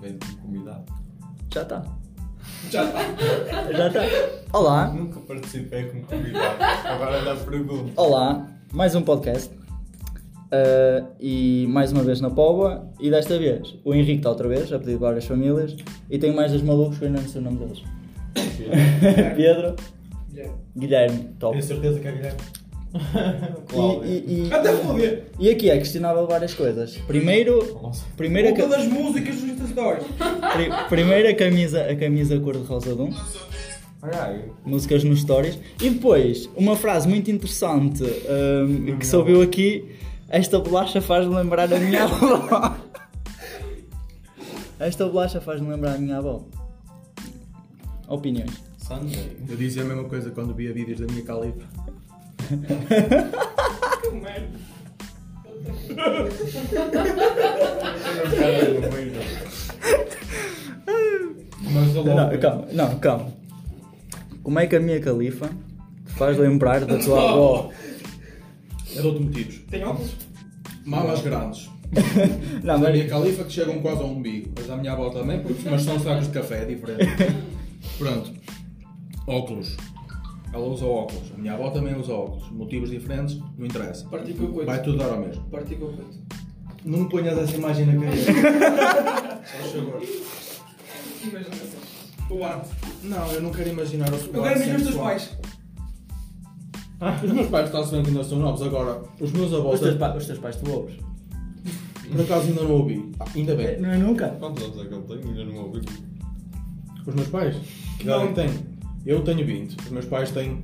vem como convidado. Já está. Já tá. está. Já está. Olá. Nunca participei como convidado. Agora dá pergunta. Olá. Mais um podcast. Ah, e mais uma vez na Póvoa. E desta vez o Henrique está outra vez, a pedido de várias famílias. E tenho mais dois malucos que eu ainda não sei o nome deles: Pedro, Guilherme, top. Tenho certeza que é Guilherme. E, e- e- Até vou ver. e aqui é questionável várias coisas. Primeiro, Nossa. primeira, ca- das músicas dos Little Doors. pri- primeiro a camisa, a camisa cor de rosa de um. Caralho. músicas nos stories. E depois, uma frase muito interessante hum, que soube eu aqui: Esta bolacha faz-me lembrar a minha avó. Esta bolacha faz-me lembrar a minha avó. Opiniões. Sunday. Eu dizia a mesma coisa quando via vídeos da minha califa. Um Mas eu Não, calma, não, calma. Como é que a minha califa te faz lembrar da tua avó? Eu dou-te motivos. Tem óculos? Mamas grandes. Não, Da Ah, mas minha califa que chegam quase ao umbigo. As da minha avó também, porque- mas são sacos de café, é diferente. Pronto. Óculos. Ela usa óculos. A minha avó também usa óculos. Motivos diferentes, não interessa. Parti com o coito. Vai tudo dar ao mesmo. Parti com o coito. Não me ponhas essa imagem na cabeça. Faz favor. Imagina assim. O ar. Não, eu não quero imaginar o Eu quero mesmo os teus pais. Os meus pais estão-se bem que ainda são novos agora. Os meus avós, os teus pais tu ouves? por acaso, ainda não ouvi. Ainda bem. Não é nunca? Quantos anos é que eu tenho? Ainda não ouvi. Os meus pais? Que Não, idade? tenho. Eu tenho 20. Os meus pais têm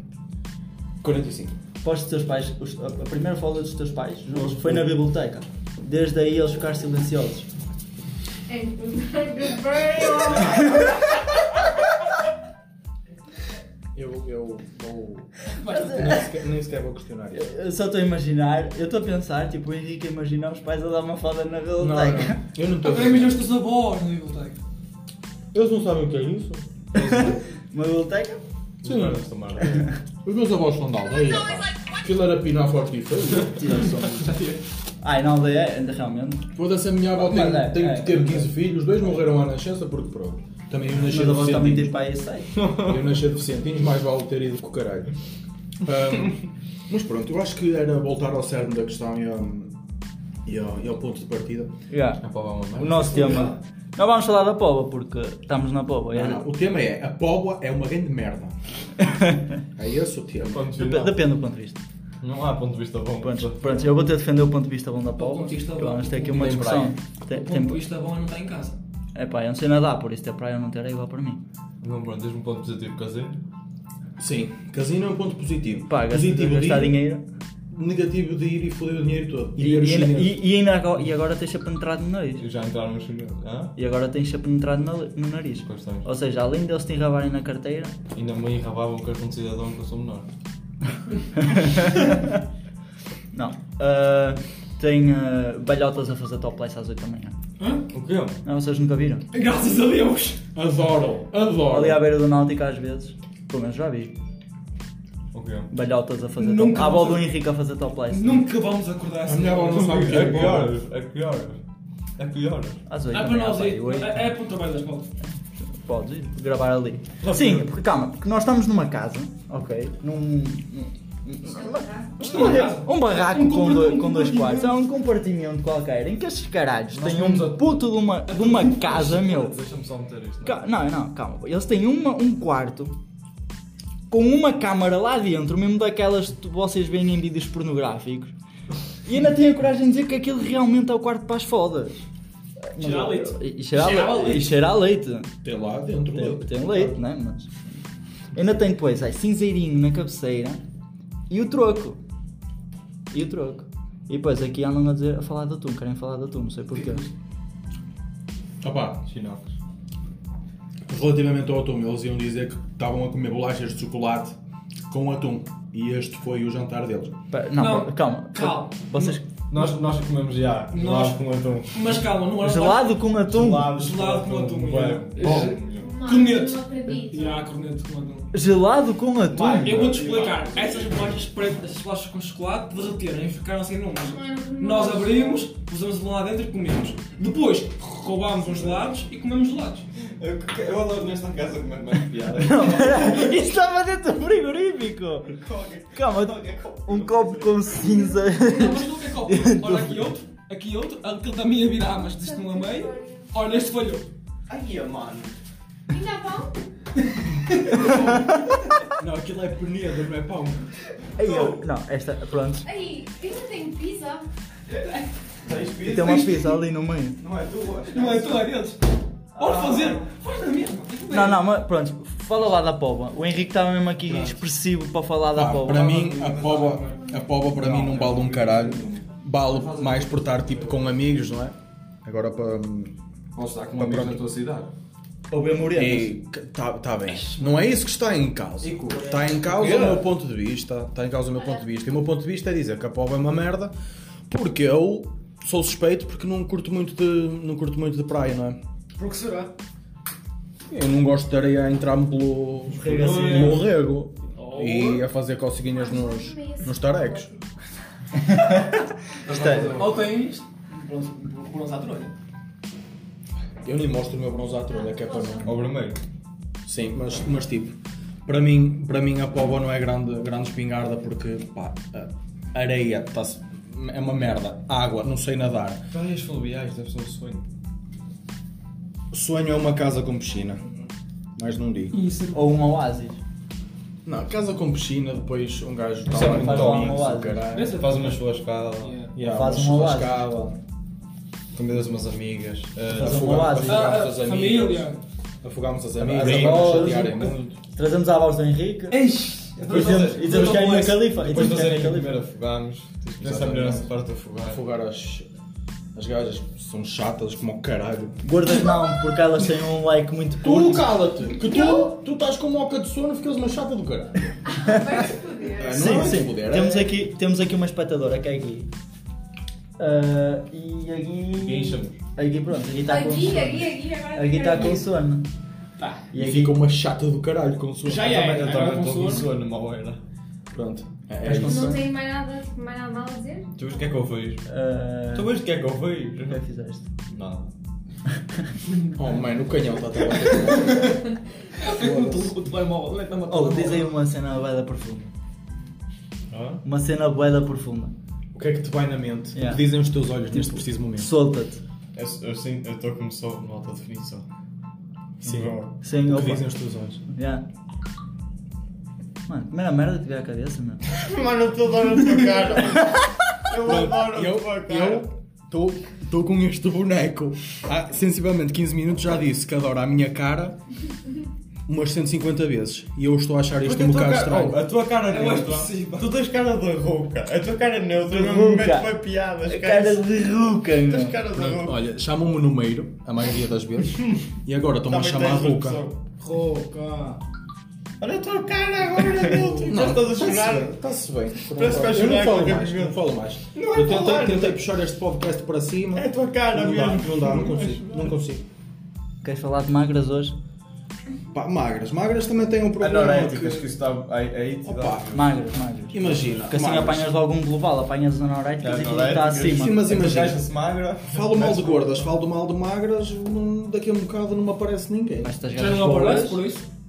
45. Após os teus pais, os- a a primeira folga dos teus pais juntos foi na biblioteca. Desde aí eles ficaram silenciosos. And the very Eu, eu vou. Nem sequer, nem sequer vou questionar Eu isso. eu só estou a imaginar, eu estou a pensar, tipo, o Henrique a imaginar os pais a dar uma foda na Não, não, biblioteca. Eu não estou. Eu quero mesmo os teus avós na biblioteca. Eles não sabem o que é isso? Uma biblioteca? Sim. É. Os meus avós são da aldeia, pá. Aquilo era pinar forte e feio. Ai, na aldeia, ainda realmente. Foda-se, a minha avó tem, Mas é, tem é, que ter é. 15 filhos. Dois morreram à nascença porque pronto. Também eu Mas nasci a voz também deficiente. tem pai e sei. Eu nasci deficientinhos, mais vale ter ido com o caralho. Ahm, mas pronto, eu acho que era voltar ao cerne da questão e, ao- e ao, e ao ponto de partida. Já. A Póvoa é uma O merda. nosso tema. Não vamos falar da Póvoa, porque estamos na Póvoa. Não, é? não, o tema é a Póvoa é uma grande merda. é esse o tema. Ponto Dep- final. Depende do ponto de vista. Não há ponto de vista bom. Pronto, pronto, eu vou ter de defender o ponto de vista bom da Póvoa. ponto de vista Eu bom. Vamos ter aqui uma Tem discussão. Tem, O ponto tem... de vista bom é não estar em casa. Epá, eu não sei nadar, por isso ter praia ou não ter é igual para mim. Não, pronto, tens um ponto positivo caseiro. Sim, casino é um ponto positivo. Pá, gastar, positivo de gastar ir, dinheiro. negativo de ir e foder o dinheiro todo. E, E, ver os e, ainda- chineses. e, e ainda agora, e agora tens a penetrar de nariz. E já entraram os chineses. Hã? E agora tens a penetrar no, no nariz. Pois tens. Ou seja, além deles te enrabarem na carteira, Ainda me enrabavam o cartão de cidadão que eu sou menor. não. Ah, tem ah, balhotas a fazer topless às 8 da manhã. O quê? Não, vocês nunca viram? Graças a Deus! Adoro, adoro. Ali à beira do Náutica às vezes, pelo menos já vi. O quê? Balhotas a fazer topless. Nunca À bola do vi. Henrique a fazer topless. Nunca vamos acordar A assim. minha avó não sabe o que é É que Póvoa. horas? É que horas? É que horas? Às 8 É da para manhã, nós aí. pai, oito. É é para o trabalho da escola. Podes ir gravar ali. Sim, porque calma, porque nós estamos numa casa, ok? Num. Numa casa? Um barraco Um com, dois, compartimento. com dois quartos, é um compartimento qualquer em que estes caralhos têm um vamos a- puto de uma, de uma casa, meu. Deixa-me só meter isto. é? Ca- Não, não, calma. Eles têm uma, um quarto com uma câmara lá dentro, mesmo daquelas que vocês veem em vídeos pornográficos. E ainda têm a coragem de dizer que aquilo realmente é o quarto para as fodas. Mas, Cheira a leite. E cheira a Cheira a le- leite. E cheira a leite. Tem lá dentro. Tem, tem leite, né? Mas. Ainda tem depois, ai, cinzeirinho na cabeceira e o troco. E o troco. E depois aqui andam a dizer a falar de atum, querem falar de atum, não sei porquê. Opa, Chinocos. Ah, Relativamente ao atum, eles iam dizer que estavam a comer bolachas de chocolate com atum. E este foi o jantar deles. Pá, Não, Não, pá, calma. calma. Vocês. Nós, nós comemos já. Nós- Nós com atum. Mas calma, não era Gelado com atum? Gelado com atum, Bom, yeah. bom. Corneto. Não acredito. Já, corneto com atum. Gelado com atum? Pá, eu vou-te explicar. Essas bolachas pretas, essas bolachas com chocolate, derreteram e ficaram sem números. Mano, Nós abrimos, pusemos o lá dentro e comemos. Depois, roubámos uns gelados e comemos gelados. Eu, eu adoro nesta casa comer mais piada. Isso estava dentro do é frigorífico! Qualquer- Calma, qualquer copo. um copo com cinza. Não, mas nunca copo. Olha aqui outro, aqui outro, ah, aquele da minha virá, mas deste não a meio. Olha, este falhou. Ai, é, mano. Ainda há pão? Não, aquilo é perneda, não é pão. Ei, eu- não, esta, pronto. Ei, eu não tenho pizza. Tens E pizza? tem uma pizza ali no meio. Não é tua? Não é tu, é deles. Pode fazer, faz na mesma. Não, não, mas pronto, fala lá da pova. O Henrique estava mesmo aqui expressivo para falar da Pá, pova. para mim, a pova, a pova para mim não vale um caralho. Vale mais por estar tipo com amigos, não é? Agora para. hum, Posso estar com Para amigos pronto. da tua cidade? Ou bem E tá, tá bem. Não é isso que está em causa. E cu. Está em causa o meu ponto de vista. Está em causa o meu ponto de vista. E o meu ponto de vista é dizer que a pova é uma merda porque eu sou suspeito porque não curto muito de, não curto muito de praia, não é? Porque será? Eu não gosto de areia a entrar-me pelo Regacinho. no rego Oh. e a fazer Ah, coceguinhas nos, assim. nos tarecos. Isto é- Ou tens. Por uns à trolha. Eu nem mostro o meu bronzeado olha que é para não. Ou vermelho? Sim, mas, mas tipo, para mim, para mim a pova não é grande, grande espingarda porque pá, a areia tá-se- é uma merda. Água, não sei nadar. Praias é fluviais, deve ser um sonho. Sonho é uma casa com piscina. Mais não digo. Isso. Ou um oásis. Não, casa com piscina, depois um gajo está Sim, lá faz lá amigos, uma oásis. o caralho. Pensa, Faz umas churrascadas, Yeah. Yeah, Faz uma uma oásis. churrascada, convidas umas amigas. eh, Faz uma afogar- oásis. afogar Ah, os ah, amigos. família. Afogámos as amigas, amigas, para nós. chatearem muito. Trazemos a voz do Henrique É, Eish! e dizemos, e dizemos que é a minha califa. E Depois de dizemos que é a fazerem minha que califa. primeiro afogámos. Pensa melhor nessa parte de afogar. Afogar as, as gajas são chatas como o caralho. Gordas não, porque elas têm um like muito Tu curto. cala-te, que tu, tu estás com moca de sono e ficas uma chata do caralho. Vai-se foder. É, não Sim, é sim. poder, é- Temos aqui, temos aqui uma espectadora que é a Gui. Ah, e a Gui. Encha-me. A Gui, pronto, a Gui é está Tá com Aqui, sono. aqui, aqui, agora. A Gui está quero com isso. sono. Tá. E E a Gui. fica uma chata do caralho com sono. Já Eu é, também- eu agora também com estou com sono. sono, mal era. Pronto. É, é Mas isso. Não tem mais nada, mais nada mal a dizer? Tu vês o que é que eu vejo? ah, Tu vês o que é que eu o que é vejo? que fizeste? Nada. Oh mano, o canhão está até lá. O telemóvel, está Oh, diz aí uma cena boeda profunda. Ah? Uma cena boeda profunda. O que é que te vai na mente? O Yeah. que dizem os teus olhos neste preciso momento? Solta-te. Eu eu sinto- eu estou como só uma alta definição. Sim. Sem O opa. que dizem os teus olhos? Yeah. Mano, primeira merda que veio à cabeça, mano. Mano, eu estou adoro a tua cara. Eu adoro a Eu, tua cara. eu estou estou com este boneco. Há sensivelmente 15 minutos já disse que adoro a minha cara umas 150 vezes. E eu estou a achar isto Porque um a tua bocado cara- estranho. oh, a tua cara Não é neutra. possível. Tu tens cara de rouca. A tua cara é neutra não rouca. me mete para piadas. Cara de ruca, Tu tens mano. cara de Pronto, rouca. olha, chamam-me Numeiro, a maioria das vezes, e agora estão-me a Também chamar Tá tens Ruca. opção. Roca. Olha a tua cara agora, adulto. Já estás a chorar. Está-se bem. Está-se bem. Parece que vais eu não chorar falo qualquer mais, momento. não falo mais. Não é eu tentei, falar. tentei puxar este podcast para cima. É a tua cara não dá, mesmo. não dá, não consigo. Não consigo. Queres falar de magras hoje? Pá, magras. Magras também têm um problema. é Anoréticas, que que- isso dá. Aí, aí te Opa, dá. Magras, magras. Imagina. Porque assim magras. apanhas logo um global, apanhas as anoréticas e aquilo está acima. Sim, mas É que imagina. gasta-se magra. Falo mal de gordas, falo mal de magras, não- daqui a um bocado não me aparece ninguém. Mas estas Já gajas não aparece boas. por isso?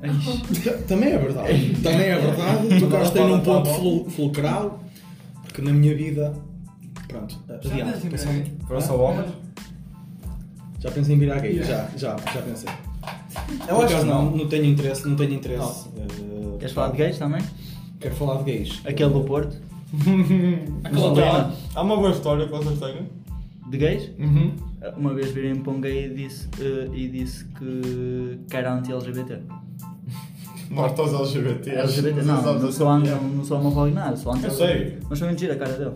Ixi. Também é verdade. Também é verdade. Tocaste aí num tá ponto ful- fulcral, porque na minha vida. Pronto, adiante. tens pensava- ideia? Foram só homens? Já pensei em virar gay? Yeah. Já, já, já pensei. Eu Por acho acaso que não. não. Não tenho interesse, não tenho interesse. Eh, Queres falar de gays também? Quero falar de gays. Aquele do Porto? Aquela Não. é? tela. Há uma boa história que vocês têm? De gays? Uhum. Uma vez virem para um gay e disse, eh, e disse que, que era anti-LGBT. Morta aos LGBTs. LGBT, não, não sou, anti, não sou homofóbico nada, sou anti Eu sei. Mas foi mentira a cara dele.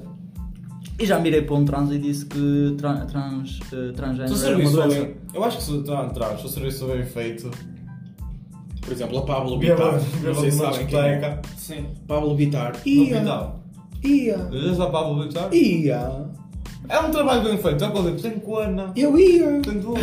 E já mirei para um trans e disse que tra- trans, eh, Se o transgénero era uma serviço for doença. bem. Eu acho que se está a entrar, se o serviço for bem feito. Por exemplo, a Pablo Vittar. Beba Não sei se uma sabem quem é. discoteca. Sim. Pablo Vittar. No Ia. hospital. Ia. Desde lá para voltar. Ia. É um trabalho bem feito, é para dizer, tem cona, Eu ia. tem tudo.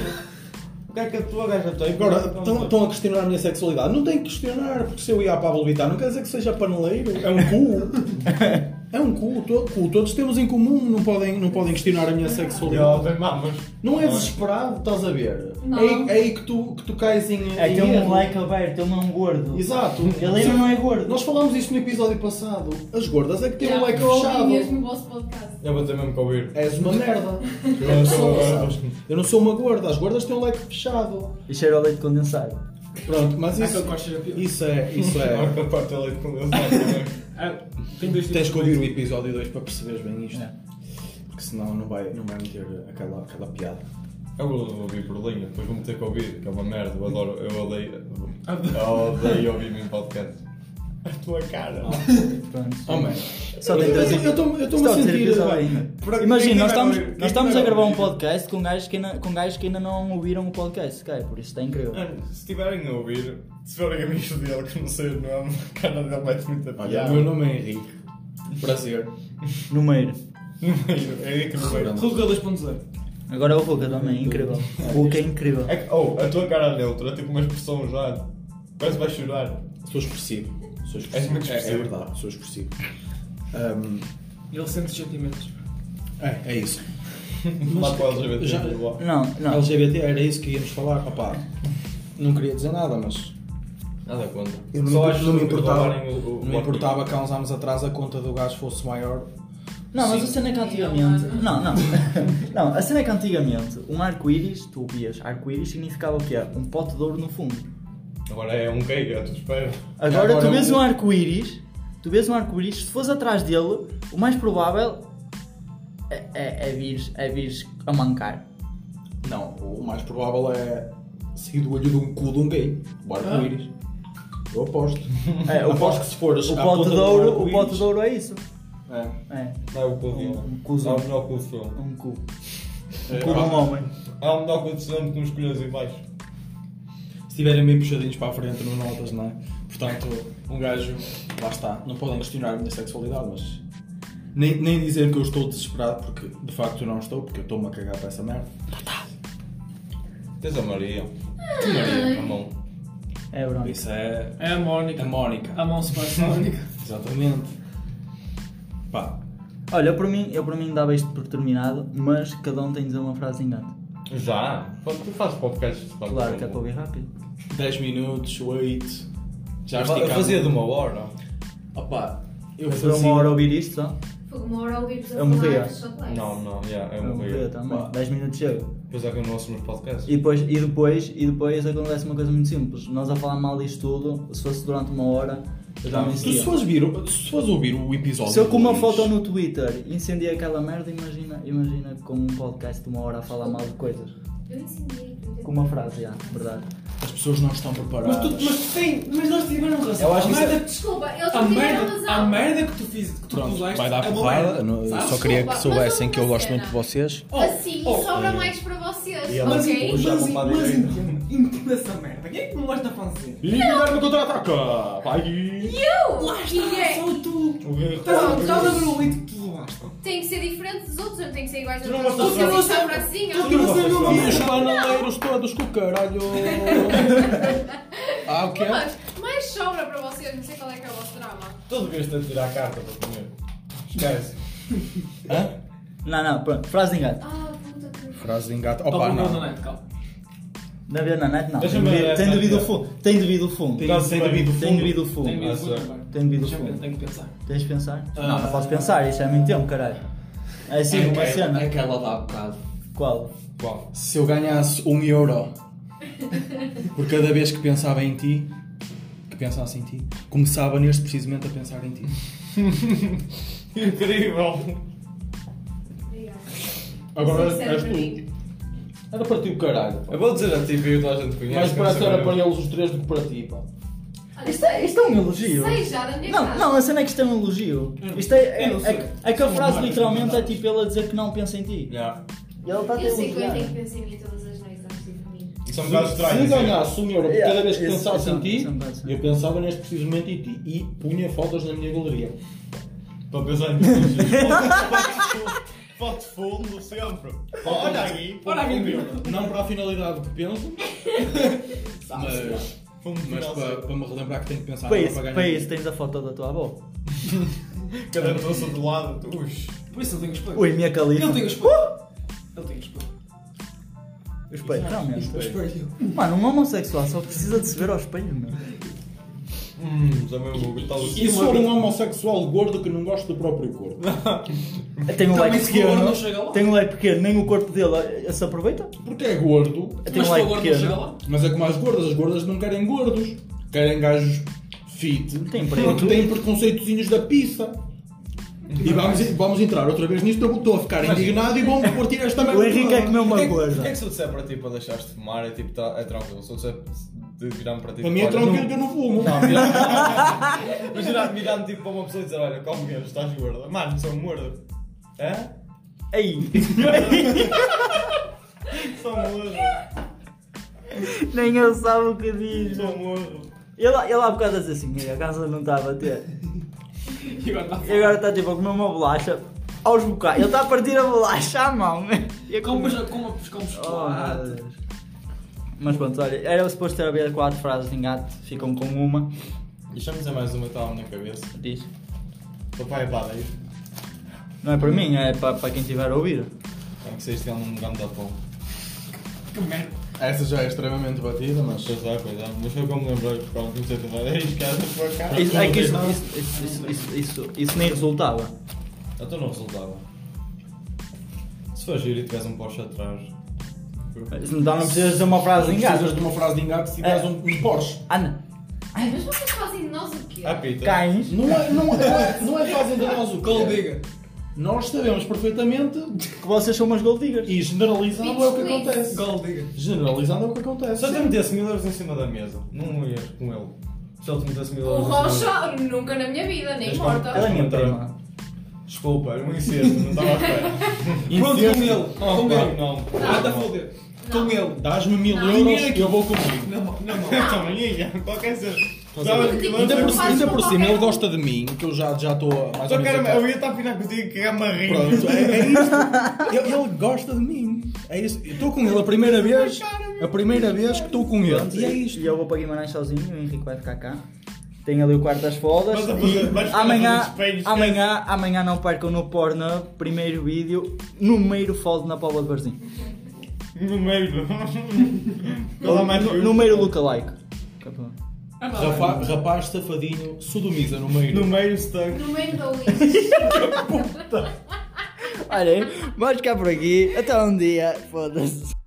O que é que a tua gaja tem? Agora, estão estão a questionar a minha sexualidade. Não tem que questionar, porque se eu ia à Pablo Vittar, não quer dizer que seja paneleiro. É um cu. É um cu, todo, cu. Todos temos em comum, não podem, não podem questionar a minha sexualidade. tem mamas. Não é desesperado, estás a ver? Não. É, aí- é aí que tu, que tu cais em. É em que ele é um erro. moleque aberto, ele não é um gordo. Exato. Ele ainda não é gordo. Nós falámos isso no episódio passado. As gordas é que têm um leque eu ouvi fechado. mesmo o vosso podcast. Eu vou ter mesmo que ouvir. És uma merda. Eu não sou gordo. Eu não sou uma gorda, as gordas têm um leque fechado. E cheira ao leite condensado. Pronto, mas Ah, que eu isso, gosto de ser pior. isso é. Isso Agora é. que a parte da leite condensado também. Ah, Tem dois Tens tipos que de ouvir o leite. episódio 2 para perceberes bem isto. É. Porque senão não vai, não vai meter aquela, aquela piada. Eu vou ouvir por linha, depois vou-me ter que ouvir, que é uma merda. Eu adoro, eu odeio. Eu odeio ouvir-me em podcast. A tua cara. Ah. Pronto. Oh, Homem, Só tem eu- três eu- eu tô- eu estou-me a Só tem sentir. eh, três episódios ainda. Por aqui, é Imagina, quem nós vai estamos, ouvir? nós Quem estamos vai a gravar um ouvir? podcast com gajos que ainda, com gajos que ainda não ouviram o podcast, cara, por isso está incrível. Mano, se estiverem a ouvir, se forem amigos dele que não sei o nome, a cara dele vai ter muita Olha, piada. o meu nome é Henrique. Prazer. Número. No meio, é aí que no meio. Ruga 2.0. Agora é o Ruka também, incrível. O Ruka é incrível. É que, oh, a tua cara neutra é tipo uma expressão já. Parece que vais chorar. Sou expressivo. Sou expressivo. Um, És muito É- É, expressivo. verdade, sou expressivo. Ahm, Ele sente os sentimentos. é, é isso. Lá para o LGBT. já- lá. Não, não. LGBT era isso que íamos falar, papá. Não queria dizer nada, mas Nada contra. eu não, Só me- acho não me estúpido importava, roubarem o- o- não me o- importava que há uns anos atrás a conta do gajo fosse maior. Não, mas a Sim. cena é que antigamente. Não, não. Não, a cena é que antigamente um arco-íris, tu vias arco-íris, significava o quê? Um pote de ouro no fundo. Agora é um cake, à tua espera. Agora, Agora tu vês o- um arco-íris, tu vês um arco-íris, se fores atrás dele, o mais provável é, é, é vires, é vires a mancar. Não, o mais provável é sair do olho de um cu de um gay, o arco-íris. Eu aposto. É, o aposto pote- que se fores O à pote ponta de do ouro, o arco-íris- pote de ouro é isso. É. É, Dá o cu um, dele. um cuzão. Há o melhor cu do filme. Um cu. É, Um cu de um homem. Há o melhor cu do filme com os colhões em baixo. Se tiverem meio puxadinhos para a frente, não notas, não é? Portanto, um gajo, lá está, não podem questionar a minha sexualidade, mas. Nem, nem dizer que eu estou desesperado, porque de facto eu não estou, porque eu estou-me a cagar para essa merda. Tens a Maria. Maria. A mão. É, Bruno. Isso é. É a A Mónica. Mónica. A mão se faz Mónica. Exatamente. Pá, Olha, eu por mim, eu por mim dava isto por terminado, mas cada um tem de dizer uma frase engano. Já? Tu fazes podcast de Claro que é para ouvir rápido. 10 minutos, 8. Já Eu esticado. fazia de uma hora. Opa, eu Eu assim. fazia. fui uma hora a ouvir isto só. Fogo uma hora ouvir-vos a Eu morria. falar de chocolates. Não, não, yeah, é Eu uma morria coisa. também. Pá. 10 tá minutos chega. Pois é que eu não ouço meus podcasts. então. E depois, e, depois, e depois acontece uma coisa muito simples. Nós a falar mal disto tudo, se fosse durante uma hora, eu já me Tu se enchia. fores, vir, o- se fores ouvir o episódio. Se eu com uma dois, foto no Twitter incendiei aquela merda, imagina, imagina com um podcast de uma hora a falar mal de coisas. Eu ensinei. Com uma frase, já, verdade. As pessoas não estão preparadas. Mas, tu, mas, tem, mas nós tiveram razão. Eu acho a isso- merda, Desculpa, eles a, não tiveram merda, a razão. merda que tu fiz, que tu Pronto, puseste. vai dar é porrada. não- eu Sabe? Só queria que Mas soubessem houve que eu uma gosto muito de cena. vocês. Oh, Assim, oh, sobra mais para vocês, E ela- Mas, ok? mas, Já mas, vou para a mas direita. entende- entende essa merda. Quem é que me gosta de fazer? E Guilherme contra-ataca! Vai! Eu! E é- Só tu. O Guilherme Estás a- Estás a ver o leito que tu levaste? Tem que ser diferente dos outros, não tem que ser iguais Tu não aos gostas outros. de Porque fazer- está para assim, tu não sabes ó. o E os panaleiros todos com o caralho. ah, o que é? Mas- Mas sobra para vocês, não sei qual é que é o vosso drama. Todo vez a tirar a carta para comer. Esquece. Hã? Não, não, pronto, frase de engano. Ah, puta que. Frase de engato. Tá Opa, bom, não. não é, calma. Na ver na net, não. Tem Deixa-me ver devido- essa tem devido o aqui, fundo. Tem devido o fundo. Tem- tem devido Tem devido o fundo. Tenho medo Ah, de sim. agora. Tem medo de Deixa-me- fundo. Tenho que pensar. Tens de pensar? Não, não Ah. podes pensar, isso é muito tempo, caralho. É assim uma cena. Aquela dá bocado. Qual? Bom, Se eu ganhasse um euro por cada vez que pensava em ti, que pensasse em ti, começava neste precisamente a pensar em ti. incrível! Obrigada. Agora Sincero és para tu. mim. Era para ti o caralho. Eu vou dizer a ti que toda a gente conhece. Mais que para não ti sei era para mesmo. eles os três do que para ti, pá. Olha, Isto é, isto é um elogio. Sei já da minha Não, casa. não, a cena é que isto é um elogio. Isto é, é, Eu não sei. é- é que a São frase marcas literalmente é fundadas. tipo ele a dizer que não pensa em ti. Yeah. E ele está a te Eu sei que eu elogiar. tenho que pensar em mim todas as noites antes de dormir. São um bocado Se, se estranhos. é. ganhasse um euro por Yeah, cada vez que isso- pensasse isso é em um- ti, isso é um bocado estranho. eu pensava neste precisamente em ti e punha fotos na minha galeria. Para pensar em tudo. Pote fundo sempre. Olha aqui. Olha aqui, meu. Não para a finalidade que penso, mas, Fundo mas final para, sempre. para me relembrar que tenho que pensar Para agora isso, para ganhar. para isso tens a foto da tua avó. Cada doce do lado. tu. Ux. Por isso ele tem os peitos. Ui, minha califa. Ele tem os peitos. Ele tem os peitos. O espelho, realmente. Os peitos. Mano, um homossexual só precisa de se ver ao espelho, meu. Hum, já mesmo vou gostar do E se for um homossexual gordo que não gosta do próprio corpo? Tem um Também leque se for, pequeno. não chega lá. Tem um leque pequeno, nem o corpo dele eh, se aproveita. Porque é gordo, Tem Mas um se for leque gordo, não chega pequeno. lá. mas é como as gordas. As gordas não querem gordos, querem gajos fit. Tem preto. porque têm preconceitozinhos da pizza. E vamos, é? vamos entrar outra vez nisto, eu estou a ficar indignado e vou-me curtir esta merda. O Henrique é que comeu O que uma é que- O que é coisa. que se eu disser para ti para deixares de fumar é tipo, tra- é tranquilo. Se eu disser de virar-me para ti. Para mim é olha, tranquilo que eu não fumo. Não, virar- Mas virar- virar-me tipo para uma pessoa e dizer: Olha, come menos, estás gorda. Mano, sou gordo. Hã? Aí. Sou gordo. Nem ele sabe o que diz. Sou gordo. Ele, ele há bocado a dizer assim, "Ei, a casa não está a bater. E agora está E agora está tipo a comer uma bolacha aos bocados. Ele está a partir a bolacha à mão. meu. E a Como comer. já como como Oh, meu chocolate. Deus. Mas pronto, olha, era suposto ter havido quatro frases de engate, ficam com uma. Deixa-me dizer mais uma que estava na cabeça. Diz. Papai é padeiro. Não é para mim, é para, para quem estiver a ouvir. Tem que ser este ano um grande pão. que merda. Essa já é extremamente batida, mas. Pois é, pois é. Mas foi como lembrei, pronto, não sei tu vai arriscar por acaso. Isso, é que isso, isso, isso, isso, isso- isso nem resultava. Então não resultava. Se for giro e tivesse um Porsche atrás. Isso não, dá, não precisas de uma frase de engate. Precisas de uma frase de engate se tiveres um, um Porsche. Ana, Ai, mas vocês fazem de nós o quê? Ah, Pita. cães. Não é, não, não é, não é fazem de nós o Cole que é. diga. Nós sabemos perfeitamente Que vocês são umas gold diggers. e generalizando é o que Please, acontece. Cole diga. Generalizando é o que acontece. Se eu te metesse mil euros em cima da mesa, não ias com ele. Se ele te metesse mil Um euros. em cima da- rocha, nunca na minha vida, nem Tens morta. Ela é minha Então, prima. Desculpa, era um incesto, não estava à espera. Pronto, com ele. Oh, Com pá, ele. não. What the fuck? Com ele. Dás-me mil Não. euros, Dinheiro aqui. eu vou comigo. Na mão. Na mão. Eu também ia, qualquer tipo, ser. Ainda por, Faz ainda com por cima, qualquer ele um. gosta de mim, que eu já já estou a- mais Só ou menos. quero, a- eu ia estar a afinar contigo que é marrinho. Pronto, é, é isto. Ele, ele gosta de mim. É isso. Eu Estou com ele a primeira vez. A primeira vez que estou com ele. E é isto. E eu vou para Guimarães sozinho, o Henrique vai ficar cá. Tem ali o quarto das foldas. Mas a fazer- é e vais ficar a amanhã, fazer espelhos, amanhã, amanhã não percam no Pornhub, primeiro vídeo, número fold na Póvoa de Varzim. No meio. Ela mais Nu- Número lookalike. Ah, não. Rapaz, rapaz safadinho sodomiza no meio. No meio stuck. No meio da lixo. Olha, vamos ficar por aqui. Até um dia. Foda-se.